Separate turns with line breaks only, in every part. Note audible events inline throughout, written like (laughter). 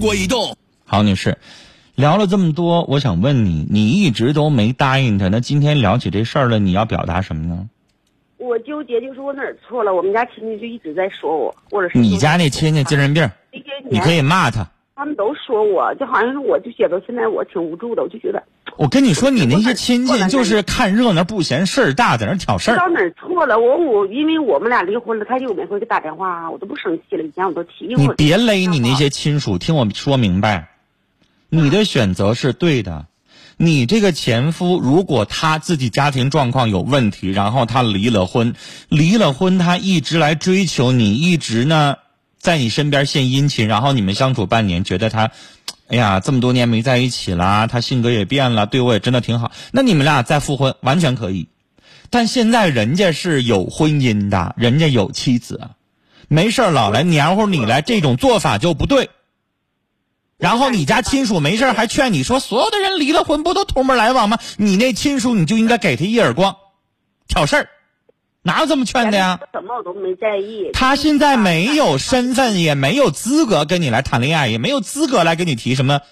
国移动。
郝女士，聊了这么多，我想问你，你一直都没答应他，那今天聊起这事儿了，你要表达什么呢？
我纠结就是我哪儿错了，我们家亲戚就一直在说我，或者是
你家那亲戚精神病，
这些
你
年
可以骂他。
他们都说我，就好像是我就觉得现在我挺无助的，我就觉得
我跟你说，你那些亲
我
戚
懒得
就是看热闹不嫌事儿大，在那儿挑事
不知
儿。
道哪儿错了。我我因为我们俩离婚了，他就每回给打电话啊，我都不生气了。以前我都提，因为
你
我
别勒你那些亲属，听我说明白，你的选择是对的。你这个前夫，如果他自己家庭状况有问题，然后他离了婚，离了婚，他一直来追求你，一直呢在你身边献殷勤，然后你们相处半年，觉得他，哎呀，这么多年没在一起啦，他性格也变了，对我也真的挺好，那你们俩再复婚完全可以。但现在人家是有婚姻的，人家有妻子啊。没事儿老来黏糊你来，这种做法就不对。然后你家亲属没事儿还劝你说，所有的人离了婚不都同门来往吗？你那亲属你就应该给他一耳光，挑事儿，哪有这么劝的呀？
什么我都没在意。
他现在没有身份，也没有资格跟你来谈恋爱，也没有资格来跟你提什么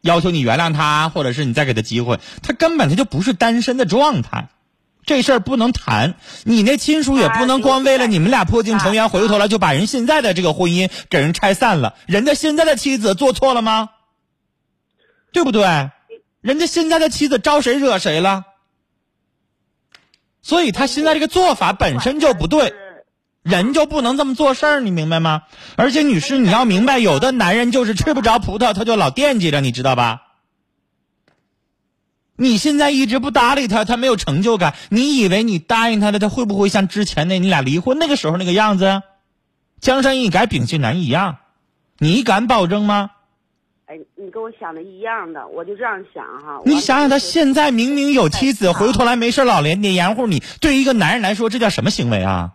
要求你原谅他，或者是你再给他机会。他根本他就不是单身的状态，这事儿不能谈。你那亲属也不能光为了你们俩破镜重圆，回过头来就把人现在的这个婚姻给人拆散了。人家现在的妻子做错了吗？对不对？人家现在的妻子招谁惹谁了？所以他现在这个做法本身就不对。人就不能这么做事儿，你明白吗？而且女士，你要明白，有的男人就是吃不着葡萄，他就老惦记着，你知道吧？你现在一直不搭理他，他没有成就感。你以为你答应他了，他会不会像之前那你俩离婚那个时候那个样子？啊江山易改，秉性难移呀。你敢保证吗？
哎，你跟我想的一样的，我就这样想哈。
你
我
想想，他现在明明有妻子，
哎
回头来没事儿老连连黏糊你，对于一个男人来说，这叫什么行为啊？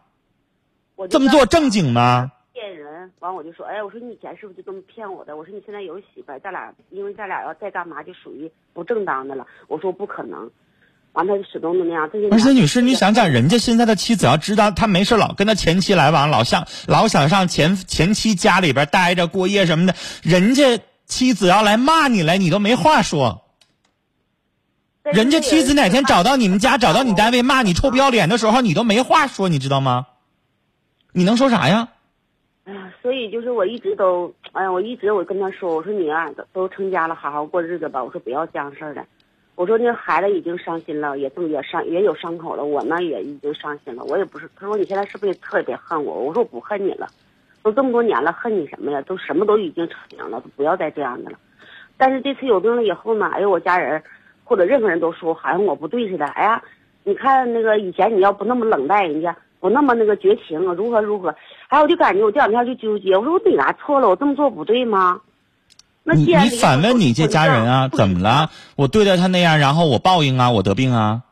我就
这么做正经吗？
骗人，完我就说，哎，我说你以前是不是就这么骗我的？我说你现在有媳妇儿，咱俩因为咱俩要再干嘛就属于不正当的了。我说不可能，完他就始终都那样。这些
而且
年
女士，你想想，人家现在的妻子要知道他没事老跟他前妻来往，老想老想上前前妻家里边待着过夜什么的，人家妻子要来骂你来，你都没话说。
但是
人家
这个
妻子哪天找到你们家，找到你单位骂你臭不
啊
要脸的时候，你都没话说，你知道吗？你能说啥呀？
哎呀，所以就是我一直都，哎呀，我一直我跟他说，我说你啊，都成家了，好好过日子吧。我说不要这样事儿了。我说那孩子已经伤心了，也也伤也有伤口了，我呢也已经伤心了，我也不是。他说你现在是不是也特别恨我？我说我不恨你了，都这么多年了，恨你什么呀？都什么都已经成样了，都不要再这样的了。但是这次有病了以后呢，哎呦，我家人或者任何人都说好像我不对似的。哎呀，你看那个以前你要不那么冷淡人家，不那么那个绝情，啊如何如何？哎，我就感觉我这两天就纠结，我说我哪啥错了？我这么做不对吗？那
你
既然
你反问你这家人啊，
不
怎么了？我对待他那样，然后我报应啊，我得病啊，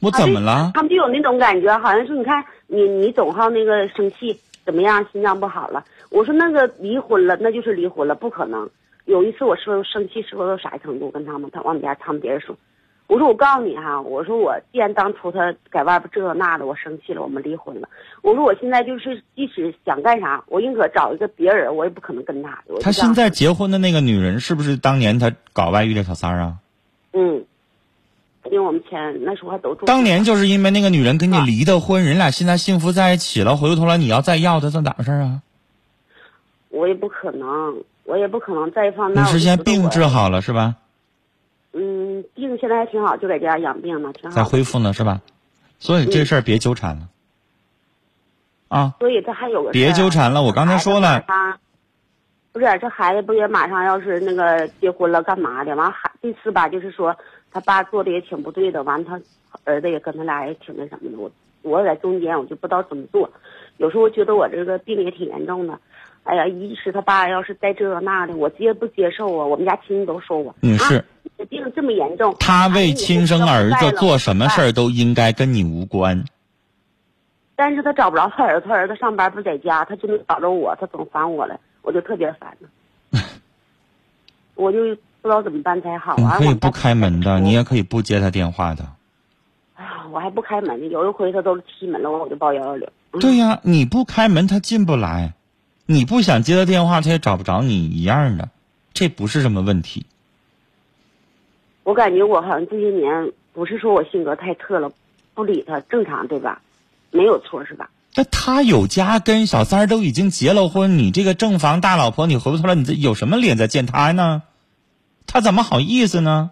我怎么
啊
了？
他们就有那种感觉，好像是你看你你总好那个生气，怎么样，心脏不好了。我说那个离婚了，那就是离婚了，不可能。有一次我说生气说到啥程度，跟他们他往家他们别人说，我说我告诉你哈、我说我既然当初他在外边这那的，我生气了，我们离婚了。我说我现在就是即使想干啥，我宁可找一个别人，我也不可能跟他。我就
他
这样
现在结婚的那个女人是不是当年他搞外遇的小三儿啊？
嗯，因为我们前那时候还都住
当年就是因为那个女人跟
啊
你离的婚，人俩现在幸福在一起了，回过头来你要再要她，算咋回事啊？
我也不可能，我也不可能再放那
你
儿。
是现在病治
我就觉得
好了是吧？
我？嗯，病现在还挺好，就在家养病呢，挺
在
好。
恢复呢是吧？所以这事儿别纠缠了，啊，
所以这还有个
别
事儿
纠缠了。我刚才说
孩
了
子，马上不是这孩子不也马上要是那个结婚了，干嘛的？完孩这次吧，就是说他爸做的也挺不对的，完他儿子也跟他俩也挺那什么的。我我在中间我就不知道怎么做，有时候我觉得我这个病也挺严重的。哎呀，一是他爸要是再这那的，我接不接受啊？我们家亲戚都说我，
女士
啊，你的病这么严重，
他
哎
为
你这
亲生
都
儿
坏
子
了
做什么事
哎
儿都应该跟你无关。
但是他找不着他儿子，他儿子上班不在家，他就能找着我，他总烦我了，我就特别烦他，
(laughs)
我就不知道怎么办才好
你
啊。
嗯可以
我
不开门的，你也可以不接他电话的。
啊，我还不开门呢，有一回他都踢门了我，我就报幺幺零。
对呀、你不开门他进不来，你不想接他电话他也找不着你一样的。这不是什么问题。
我感觉我好像这些年不是说我性格太特了，不理他正常对吧？没有错是吧？
那他有家跟小三儿都已经结了婚，你这个正房大老婆，你回过头来，你这有什么脸再见他呢？他怎么好意思呢？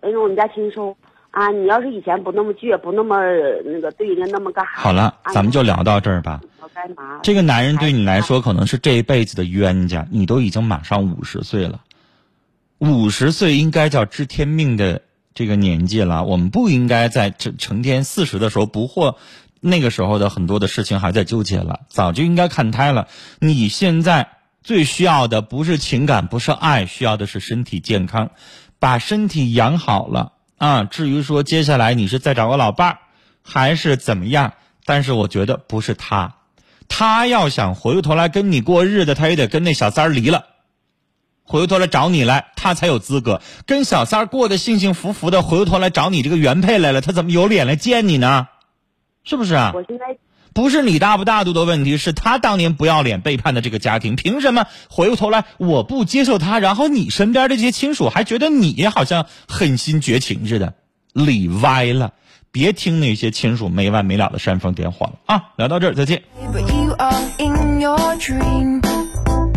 哎，我们家亲戚说啊，你要是以前不那么倔，不那么那个对人家那么干啥？
好了，咱们就聊到这儿吧。
我该嘛？
这个男人对你来说可能是这一辈子的冤家，你都已经马上五十岁了，五十岁应该叫知天命的这个年纪了，我们不应该在成成天四十的时候不惑。那个时候的很多的事情还在纠结了，早就应该看开了。你现在最需要的不是情感，不是爱，需要的是身体健康，把身体养好了啊。至于说接下来你是再找个老伴儿，还是怎么样，但是我觉得不是他，他要想回过头来跟你过日子，他也得跟那小三儿离了。回过头来找你来，他才有资格跟小三儿过得幸幸福福的。回过头来找你这个原配来了，他怎么有脸来见你呢？是不是啊？
我现在
不是你大不大度的问题，是他当年不要脸背叛的这个家庭，凭什么回过头来我不接受他，然后你身边的这些亲属还觉得你好像狠心绝情似的，理歪了。别听那些亲属没完没了的煽风点火了啊！聊到这儿，再见。
But you are in your dream.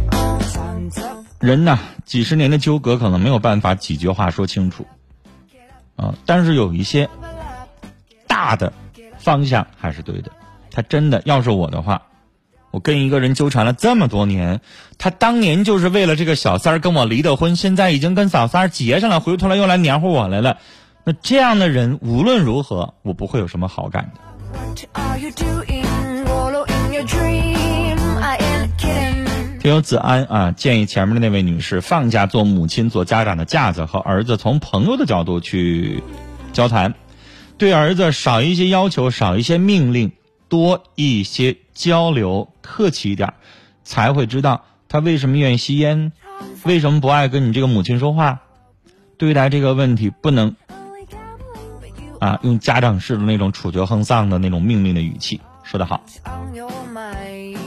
Time's up.
人呐，几十年的纠葛可能没有办法几句话说清楚
Get up,
啊，但是有一些
overlap.
大的方向还是对的。他真的要是我的话，我跟一个人纠缠了这么多年，他当年就是为了这个小三儿跟我离的婚，现在已经跟小三儿结上了，回过头来又来黏糊我来了。那这样的人无论如何，我不会有什么好感的。
What are you doing? Wallow in your dream. I ain't kidding.
听友子安啊，建议前面的那位女士放下做母亲、做家长的架子，和儿子从朋友的角度去交谈，对儿子少一些要求，少一些命令，多一些交流，客气一点儿，才会知道他为什么愿意吸烟，为什么不爱跟你这个母亲说话。对待这个问题，不能
Only gambling, but you
啊用家长式的那种处决横丧的那种命令的语气。说得好，
on your mind.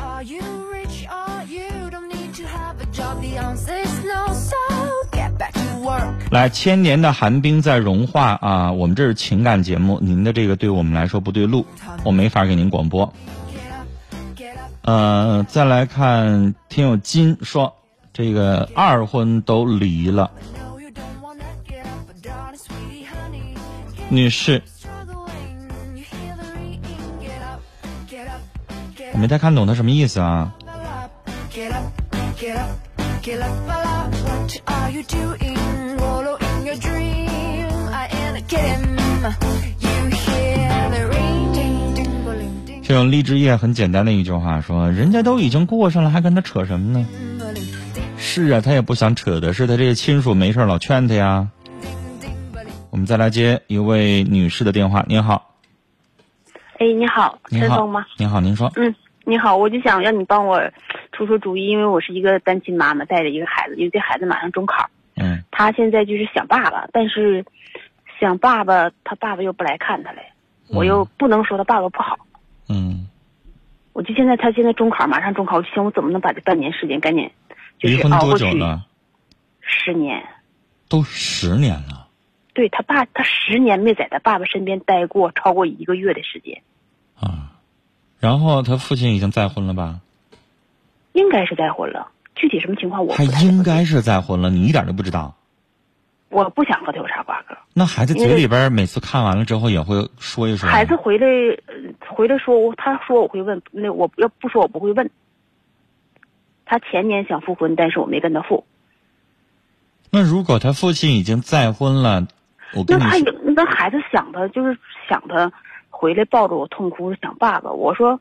Are you rich? Are you don't need to have a job? The answer's no. So get back to work.
来，千年的寒冰在融化啊！我们这是情感节目，您的这个对我们来说不对路，我没法给您广播。
Get up, get up.
呃，再来看听友金说，这个二婚都离了，
No, you don't wanna get up, but darling, sweetie, honey. Get
女士，
struggling. You hear the ringing. Get up, get up, get
你没
up,
太看懂他什么意思啊？
get up, get up, get up, a lot. What are you doing? Wallow in your dream. I ain't kidding. You hear the ring, ding, ding, bling, ding,
这种励志夜很简单的一句话说，人家都已经过上了，还跟他扯什么呢？
bling, ding,
是啊，他也不想扯的是他这个亲属没事儿老劝他呀。
ding, ding, bling.
我们再来接一位女士的电话，您好，
哎，你好，
您
陈
好
峰吗？？
您好，您说，
嗯，你好，我就想让你帮我出出主意，因为我是一个单亲妈妈，带着一个孩子，因为这孩子马上中考，
嗯，
他现在就是想爸爸，但是想爸爸，他爸爸又不来看他嘞，我又不能说他爸爸不好，
嗯，
我就现在他现在中考，马上中考，我就想我怎么能把这半年时间赶紧就
离
是
婚
熬
多
过
久
去？
了？
十年。
都十年了
对他爸，他十年没在他爸爸身边待过超过一个月的时间，
啊。然后他父亲已经再婚了吧？
应该是再婚了。具体什么情况我
他
不太
应该是再婚了，你一点都不知道。
我不想和他有啥瓜葛。
那孩子嘴里边儿每次看完了之后也会说一说吗，
孩子回来，呃回来说我，他说我会问，那我要不说我不会问。他前年想复婚，但是我没跟他复。
那如果他父亲已经再婚了，我跟
那
你说，
他有那孩子想他，就是想他回来抱着我痛哭，想爸爸。我说，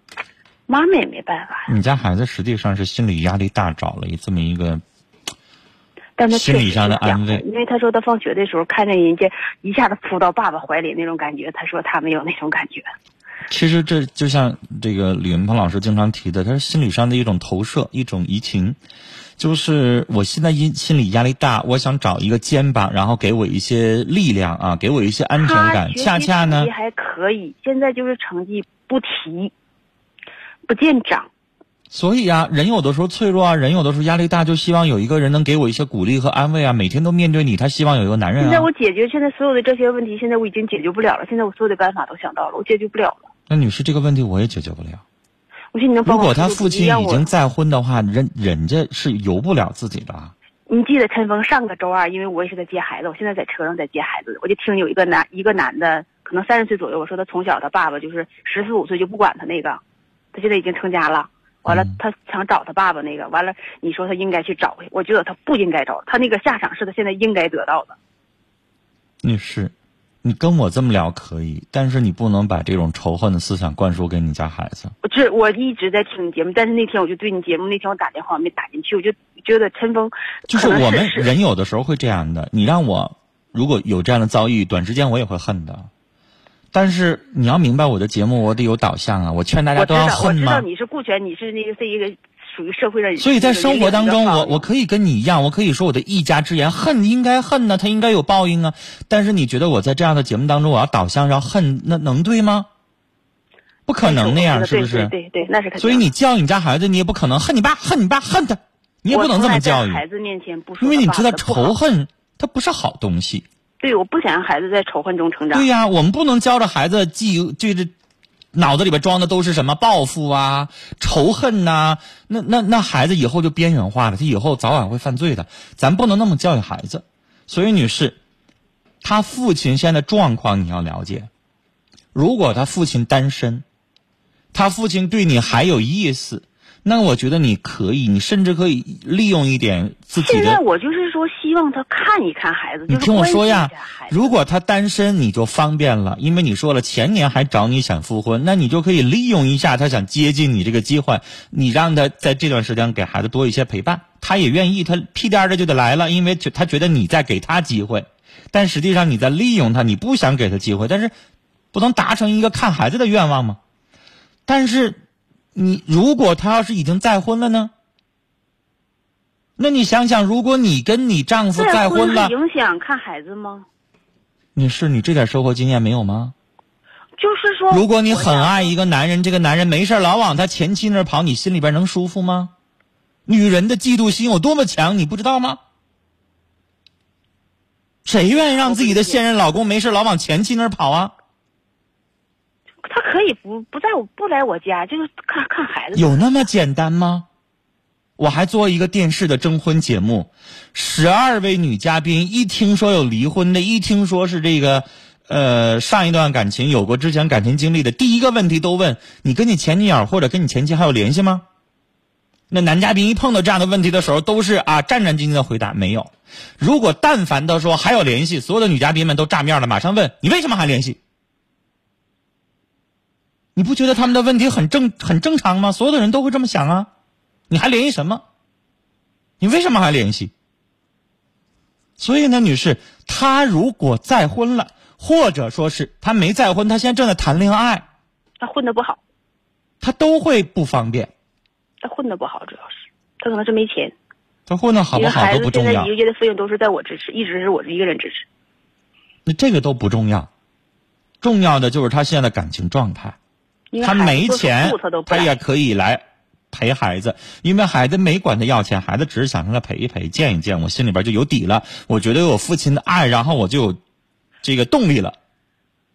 妈妈也没办法呀，
你家孩子实际上是心理压力大，找了一这么一个，
但他
心
确
理
实
上的
是想
安慰
因为他说他放学的时候看见人家一下子扑到爸爸怀里那种感觉，他说他没有那种感觉。
其实这就像这个李云鹏老师经常提的，他是心理上的一种投射，一种移情，就是我现在因心理压力大，我想找一个肩膀，然后给我一些力量啊，给我一些安全
他
感。
学习
恰恰呢
成绩，还可以，现在就是成绩不提，不见长，
所以啊，人有的时候脆弱啊，人有的时候压力大，就希望有一个人能给我一些鼓励和安慰啊。每天都面对你，他希望有一个男人
现在
啊
我。解决现在所有的这些问题，现在我已经解决不了了。现在我所有的办法都想到了，我解决不了了。
那女士这个问题我也解决不了。
我说你能帮
如
我
果
出
他
出
父
主
亲
意让
已
我
经再婚的话，人人家是由不了自己的啊。
你记得陈峰上个周二，因为我也是在接孩子，我现在在车上在接孩子，我就听有一个男一个男的，可能三十岁左右，我说他从小他爸爸就是十四五岁就不管他那个，他现在已经成家了。完了
嗯，
他想找他爸爸那个，完了，你说他应该去找，我觉得他不应该找，他那个下场是他现在应该得到的。
女士，你跟我这么聊可以，但是你不能把这种仇恨的思想灌输给你家孩子。
我这我一直在听你节目，但是那天我就对你节目那天我打电话没打进去，我就觉得陈峰
就是
可能
我们
是
人有的时候会这样的，你让我如果有这样的遭遇，短时间我也会恨的。但是你要明白我的节目，我得有导向啊！我劝大家
我
都
知
要
道我
恨
知
吗
道？你是顾全，你是那个是一个属于社会人，
所以在生活当中，我我
我
可以跟你一样，我可以说我的一家之言，恨应该恨呢、他应该有报应啊。但是你觉得我在这样的节目当中，我要导向让恨，那能对吗？不可能那样，是不是？
对对哎对，那是肯定。
所以你教育你家孩子，你也不可能恨你爸，恨你爸，恨他，你也不能这么教
我
育
从来在，孩子面前不说，
因为你知道仇
仇。
恨它不是好东西。
对，我不想让孩子在仇恨中成长。
对呀、我们不能教着孩子记这这。脑子里边装的都是什么报复啊、仇恨呐、那那那孩子以后就边缘化了，他以后早晚会犯罪的。咱不能那么教育孩子。所以，女士，他父亲现在状况你要了解。如果他父亲单身，他父亲对你还有意思，那我觉得你可以，你甚至可以利用一点自己
现在
的。
我就是说，希望他看一看孩子，
你
就是
听我
关心
说
一
呀
下孩，子
如果他单身，你就方便了，因为你说了前年还找你想复婚，那你就可以利用一下他想接近你这个机会，你让他在这段时间给孩子多一些陪伴，他也愿意，他屁颠儿的就得来了，因为觉他觉得你在给他机会，但实际上你在利用他，你不想给他机会，但是不能达成一个看孩子的愿望吗？但是你如果他要是已经再婚了呢？那你想想，如果你跟你丈夫再
再
婚了
会，影响看孩子吗？
女士，你这点生活经验没有吗？
就是说，
如果你
哦我
很
想
爱一个男人，这个男人没事儿老往他前妻那儿跑，你心里边能舒服吗？女人的嫉妒心有多么强，你不知道吗？谁愿意让自己的现任老公没事儿老往前妻那儿跑啊？
他可以不不在我不来我家，就是看看孩子。
有那么简单吗？我还做一个电视的征婚节目，十二位女嘉宾，一听说有离婚的，一听说是这个，呃，上一段感情有过之前感情经历的，第一个问题都问你跟你前女友或者跟你前妻还有联系吗？那男嘉宾一碰到这样的问题的时候，都是啊战战兢兢的回答没有。如果但凡他说还有联系，所有的女嘉宾们都炸面了，马上问你为什么还联系？你不觉得他们的问题很正很正常吗？所有的人都会这么想啊，你还联系什么？你为什么还联系？所以呢，女士，她如果再婚了，或者说是她没再婚，她现在正在谈恋爱，
他混的不好，
她都会不方便。
他混的不好，主要是他可能是没钱。
她混的好
因
啊不好
为孩
都
子
不
现
重
在
要
一个，月的费用都是在我支持，一直是我一个人支持。
那这个都不重要，重要的就是她现在的感情状态。
因为
他
孩子
没
做手
钱
术他都，不
他
来
也可以来陪孩子，因为孩子没管他要钱，孩子只是想让他陪一陪、见一见，我心里边就有底了。我觉得有父亲的爱，然后我就有这个动力了。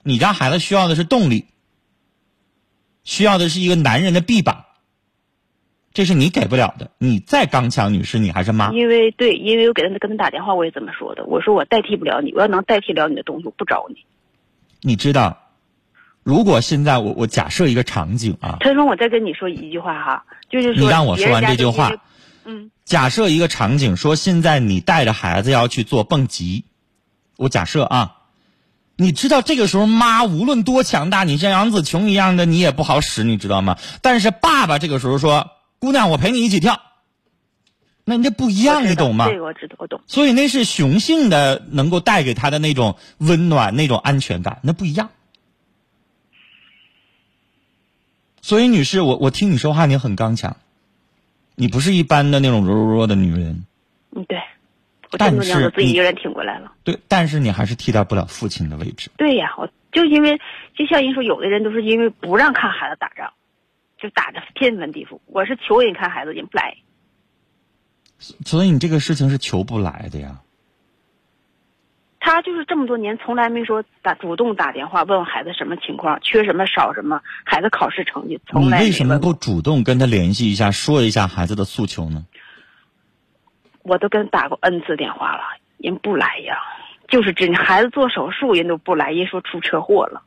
你家孩子需要的是动力，需要的是一个男人的臂膀，这是你给不了的。你再刚强，女士，你还是妈。
因为对，因为我给他跟他打电话，我也这么说的。我说我代替不了你，我要能代替了你的东西，我不找你。
你知道，如果现在我我假设一个场景啊，
陈峰，我再跟你说一句话哈，就是说
你让我
别
说完
人
这句
家就因
话
为，嗯，
假设一个场景，说现在你带着孩子要去做蹦极，我假设啊，你知道这个时候妈无论多强大，你像杨紫琼一样的你也不好使，你知道吗？但是爸爸这个时候说：“姑娘，我陪你一起跳。”那你这不一
我
样，
知
你
道
懂吗？
这个我知道，我懂。
所以那是雄性的能够带给他的那种温暖、那种安全感，那不一样。所以，女士，我我听你说话，你很刚强，你不是一般的那种柔柔弱弱的女人。
嗯，对，我这
但
么多年我
是
都自己
你
一个人挺过来了。
对，但是你还是替代不了父亲的位置。
对呀，我就因为就像人说，有的人都是因为不让看孩子打仗，
就打着天翻地覆。我是求人看孩子人不来，
所以你这个事情是求不来的呀。
他就是这么多年从来没说打主动打电话问问孩子什么情况，缺什么少什么，孩子考试成绩从
你
来没
为什么
问
不
过。
主动跟他联系一下，说一下孩子的诉求呢？
我都跟打过 n 次电话了，人不来呀，就是这孩子做手术人都不来，人说出车祸了。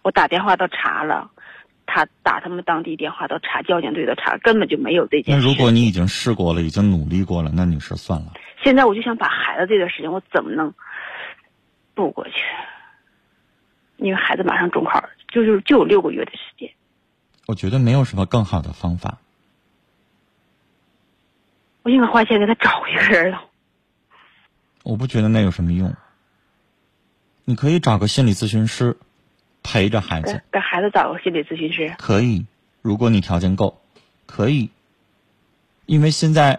我打电话都查了，他打他们当地电话都查，交警队都查，根本就没有这件
那
事。
如果你已经试过了，已经努力过了，那你是算了。
现在我就想把孩子这段时间我怎么能度过去？因为孩子马上中考了，就是就有六个月的时间。
我觉得没有什么更好的方法。
我应该花钱给他找一个人
(laughs)
了。
我不觉得那有什么用。你可以找个心理咨询师陪着孩
给
子，
给孩子找个心理咨询师。
可以，如果你条件够，可以。因为现在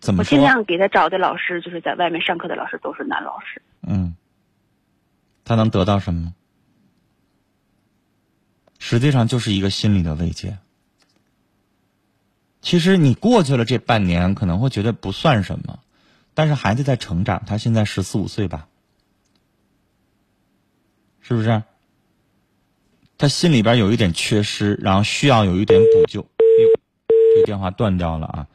怎
我
么
尽
说？
量给他找的老师，就是在外面上课的老师都是男老师。
嗯，他能得到什么？实际上就是一个心理的慰藉。其实你过去了这半年，可能会觉得不算什么，但是孩子在成长，他现在十四五岁吧，是不是？他心里边有一点缺失，然后需要有一点补救。哎呦，这个电话断掉了啊！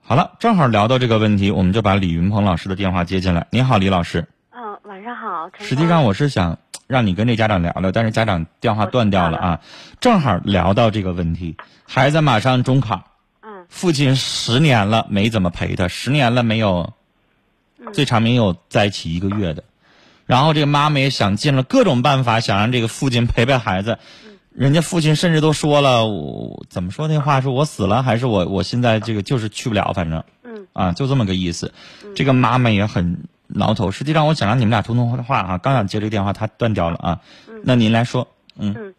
好了，正好聊到这个问题，我们就把李云鹏老师的电话接进来。你好，李老师。
嗯，晚上好。陈
实际
峰
上我是想让你跟这家长聊聊，但是家长电话断掉了啊，正好聊到这个问题。孩子马上中考，
嗯
父亲十年了没怎么陪他，十年了没有，最长没有在一起一个月的。然后这个妈妈也想尽了各种办法，想让这个父亲陪陪孩子。人家父亲甚至都说了，我怎么说那话？是我死了，还是我我现在这个就是去不了？反正，
嗯，
啊，就这么个意思。这个妈妈也很挠头。实际上，我想让你们俩通通话啊，刚想接这个电话，她断掉了啊。那您来说，嗯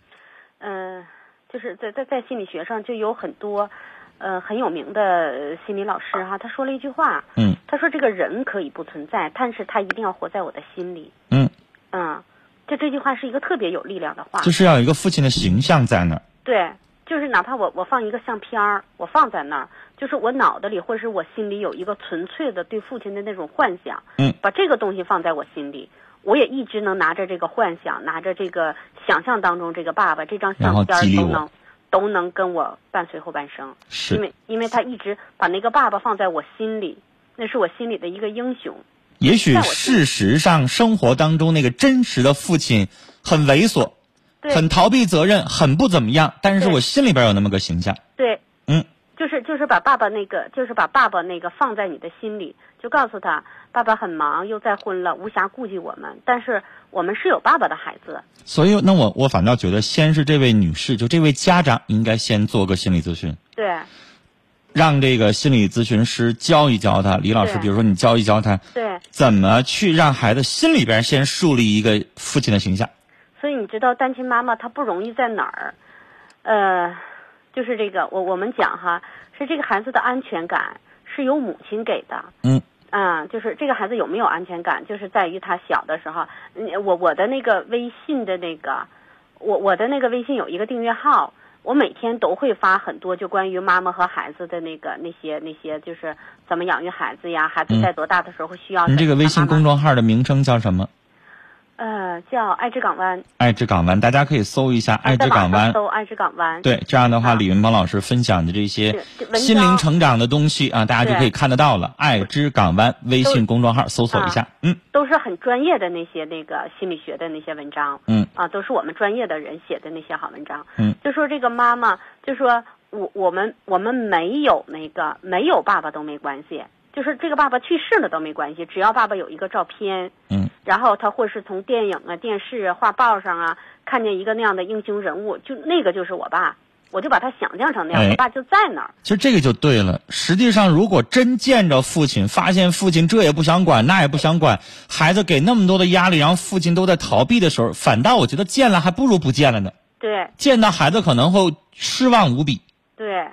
嗯、就是在在在心理学上就有很多，呃，很有名的呃心理老师哈、他说了一句话，
嗯
他说这个人可以不存在，但是他一定要活在我的心里。
嗯，
嗯，就这句话是一个特别有力量的话。
就是要有一个父亲的形象在那儿。
对，就是哪怕我我放一个相片儿，我放在那儿，就是我脑袋里或者是我心里有一个纯粹的对父亲的那种幻想，
嗯，
把这个东西放在我心里，我也一直能拿着这个幻想，拿着这个想象当中这个爸爸这张
然后
相片儿
激励
都
我
能都能跟我伴随后半生，因
是，
为因为他一直把那个爸爸放在我心里，那是我心里的一个英雄。
也许
在我心
事实上，生活当中那个真实的父亲很猥琐，
对
很逃避责任，很不怎么样，但是
对
我心里边有那么个形象。
对，
嗯，
就是就是把爸爸那个，就是把爸爸那个放在你的心里，就告诉他，爸爸很忙，又再婚了，无暇顾及我们，但是我们是有爸爸的孩子。
所以，那我我反倒觉得，先是这位女士，就这位家长应该先做个心理咨询，
对
让这个心理咨询师教一教他。李老师，
对
比如说你教一教他，
对，
怎么去让孩子心里边先树立一个父亲的形象？
所以你知道单亲妈妈她不容易在哪儿？呃，就是这个，我我们讲哈，是这个孩子的安全感是由母亲给的。
嗯。
嗯，就是这个孩子有没有安全感，就是在于他小的时候，嗯我我的那个微信的那个，我我的那个微信有一个订阅号，我每天都会发很多就关于妈妈和孩子的那个那些那些，就是怎么养育孩子呀，孩
嗯
子在多大的时候会需要怎
您
么
这
样
个
啊。
微信
妈妈
公众号的名称叫什么？
呃叫爱之港湾，
爱之港湾，大家可以搜一下“爱之港
在网
湾
上”。搜爱之港湾，
对，这样的话，
啊
李云鹏老师分享的这些
是文章
心灵成长的东西啊，大家就
对啊
可以看得到了。爱之港湾微信公众号搜索一下，嗯
都是很专业的那些那个心理学的那些文章。
嗯
啊，都是我们专业的人写的那些好文章。
嗯，
就说这个妈妈，就说我我们我们没有那个没有爸爸都没关系，就是这个爸爸去世了都没关系，只要爸爸有一个照片，
嗯，
然后他或是从电影啊、电视啊、画报上啊看见一个那样的英雄人物，就那个就是我爸，我就把他想象成那样，
哎
我爸就在那儿。
其实这个就对了。实际上，如果真见着父亲，发现父亲这也不想管，那也不想管，孩子给那么多的压力，然后父亲都在逃避的时候，反倒我觉得见了还不如不见了呢。
对
见到孩子可能会失望无比。
对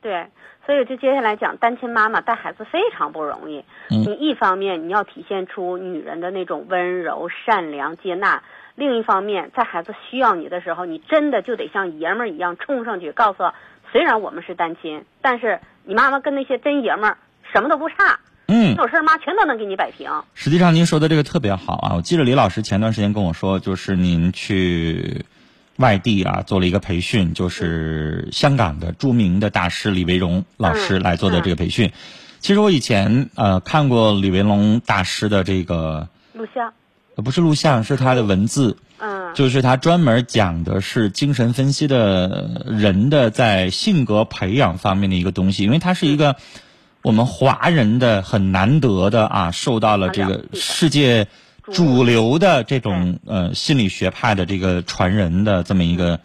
对，所以我就接下来讲，单亲妈妈带孩子非常不容易。
嗯
你一方面你要体现出女人的那种温柔、善良、接纳；另一方面，在孩子需要你的时候，你真的就得像爷们儿一样冲上去，告诉他：虽然我们是单亲，但是你妈妈跟那些真爷们儿什么都不差，
嗯
你，有事儿妈全都能给你摆平。
实际上您说的这个特别好啊！我记得李老师前段时间跟我说，就是您去外地啊做了一个培训，就是香港的著名的大师李维荣老师
嗯
来做的这个培训。其实我以前呃看过李维龙大师的这个，
录像，
呃不是录像，是他的文字，
嗯，
就是他专门讲的是精神分析的人的在性格培养方面的一个东西，因为它是一个我们华人的很难得的啊，受到了这
了
个
解的
世界主流的这种呃心理学派的这个传人的这么一个，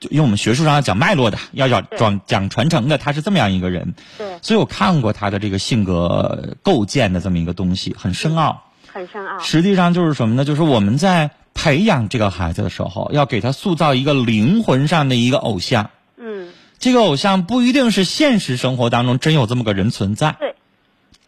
就用我们学术上要讲脉络的，要讲
对
讲讲传承的，他是这么样一个人，
对，
所以我看过他的这个性格构建的这么一个东西，很深奥。
很深奥。
实际上就是什么呢？就是我们在培养这个孩子的时候，要给他塑造一个灵魂上的一个偶像。
嗯，
这个偶像不一定是现实生活当中真有这么个人存在，
对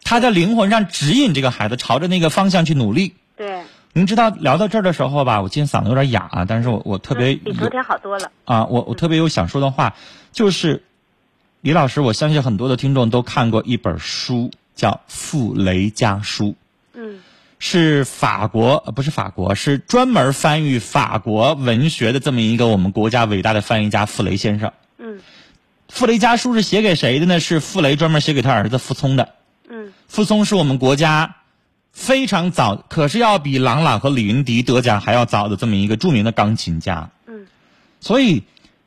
他在灵魂上指引这个孩子朝着那个方向去努力。
对，
您知道聊到这儿的时候吧，我今天嗓子有点哑啊，但是我我特别
嗯比
有
昨天好多了。
啊，我我特别有想说的话，就是李老师，我相信很多的听众都看过一本书，叫《傅雷家书》。
嗯
是法国，呃不是法国，是专门翻译法国文学的这么一个我们国家伟大的翻译家傅雷先生。
嗯
傅雷家书是写给谁的呢？是傅雷专门写给他儿子傅聪的。
嗯
傅聪是我们国家非常早，可是要比郎朗和李云迪得奖还要早的这么一个著名的钢琴家。
嗯，
所以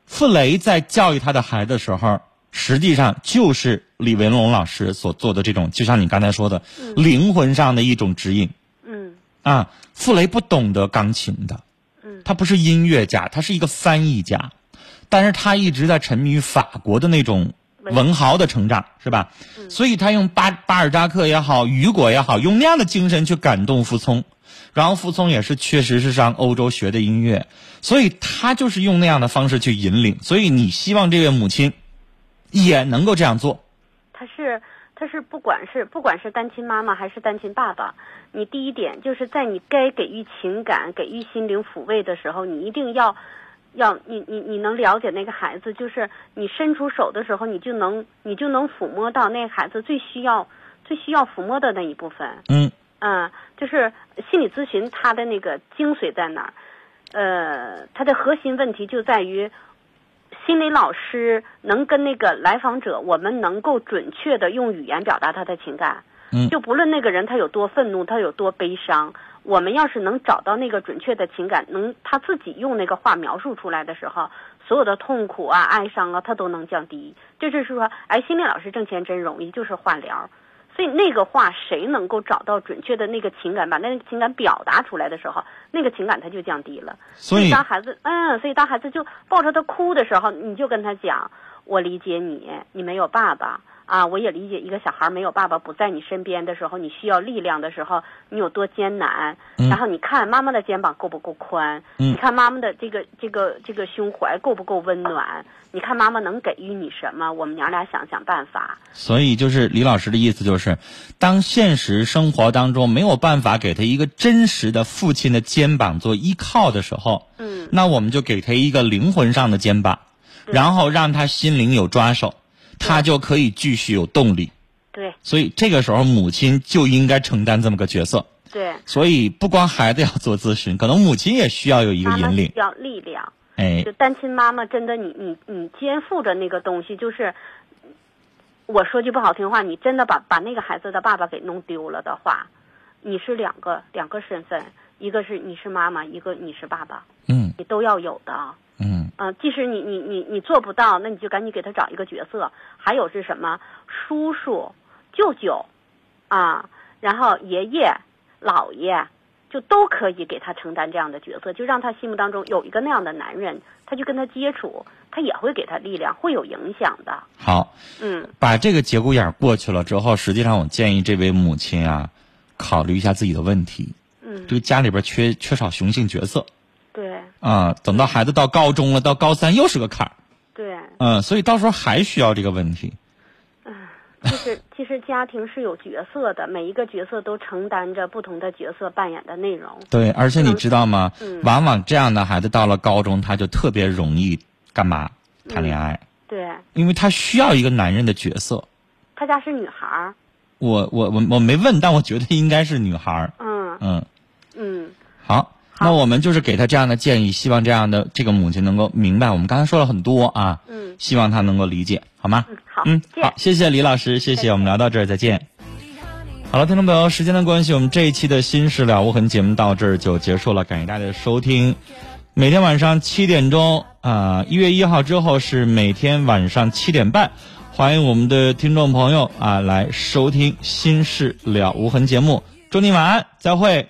傅雷在教育他的孩子的时候，实际上就是李文龙老师所做的这种，就像你刚才说的，灵魂上的一种指引。
嗯
啊，傅雷不懂得钢琴的，
嗯
他不是音乐家，他是一个翻译家，但是他一直在沉迷于法国的那种
文嗯
文豪的成长，是吧？所以他用巴巴尔扎克也好，雨果也好，用那样的精神去感动傅聪，然后傅聪也是确实是上欧洲学的音乐，所以他就是用那样的方式去引领，所以你希望这位母亲也能够这样做，
他是他是不管是不管是单亲妈妈还是单亲爸爸，你第一点就是在你该给予情感、给予心灵抚慰的时候，你一定要要你你你能了解那个孩子，就是你伸出手的时候，你就能你就能抚摸到那个孩子最需要最需要抚摸的那一部分。
嗯
嗯，就是心理咨询它的那个精髓在哪儿？呃，它的核心问题就在于，心理老师能跟那个来访者，我们能够准确的用语言表达他的情感。
嗯
就不论那个人他有多愤怒，他有多悲伤，我们要是能找到那个准确的情感，能他自己用那个话描述出来的时候，所有的痛苦啊、哀伤啊，他都能降低。这就是说，哎，心理老师挣钱真容易，就是化疗。所以那个话，谁能够找到准确的那个情感，把那个情感表达出来的时候，那个情感它就降低了。
所以
当孩子，嗯，所以当孩子就抱着他哭的时候，你就跟他讲，我理解你，你没有爸爸啊，我也理解一个小孩没有爸爸不在你身边的时候，你需要力量的时候，你有多艰难。
嗯
然后你看妈妈的肩膀够不够宽，
嗯
你看妈妈的这个这个这个胸怀够不够温暖，你看妈妈能给予你什么，我们娘俩想想办法。
所以就是李老师的意思就是，当现实生活当中没有办法给他一个真实的父亲的肩膀做依靠的时候，
嗯，
那我们就给他一个灵魂上的肩膀，然后让他心灵有抓手，他就可以继续有动力。
对
所以这个时候母亲就应该承担这么个角色。
对，
所以不光孩子要做咨询，可能母亲也需要有一个
妈妈
引领
需。要力量。
哎
就，单亲妈妈真的你，你你肩负着那个东西，就是我说句不好听话，你真的把把那个孩子的爸爸给弄丢了的话，你是两个两个身份，一个是你是妈妈，一个你是爸爸，
嗯
你都要有的啊。
嗯
嗯、即使你你你你做不到，那你就赶紧给他找一个角色。还有是什么？叔叔、舅舅，啊，然后爷爷、姥爷，就都可以给他承担这样的角色，就让他心目当中有一个那样的男人，他去跟他接触，他也会给他力量，会有影响的。
好。
嗯，
把这个节骨眼儿过去了之后，实际上我建议这位母亲啊，考虑一下自己的问题。
嗯
这个家里边缺缺少雄性角色
对
啊、等到
(laughs)
孩子到高中了，到高三又是个坎儿，
对
嗯、所以到时候还需要这个问题。
就是其实家庭是有角色的，每一个角色都承担着不同的角色扮演的内容。
对，而且你知道吗？
嗯
往往这样的孩子到了高中，他就特别容易干嘛？谈恋爱，
对
因为他需要一个男人的角色。
他家是女孩儿，
我我我我没问，但我觉得应该是女孩儿。
嗯
嗯，
嗯，
好，那我们就是给他这样的建议，希望这样的这个母亲能够明白。我们刚才说了很多啊，
嗯
希望她能够理解，好吗？
嗯好
嗯，
见
好，谢谢李老师，谢谢，我们聊到这儿，再见。好了，听众朋友，时间的关系，我们这一期的《新事了无痕》节目到这儿就结束了，感谢大家的收听。每天晚上七点钟啊，一、月一号之后是每天晚上七点半，欢迎我们的听众朋友啊来收听《新事了无痕》节目。祝你晚安，再会。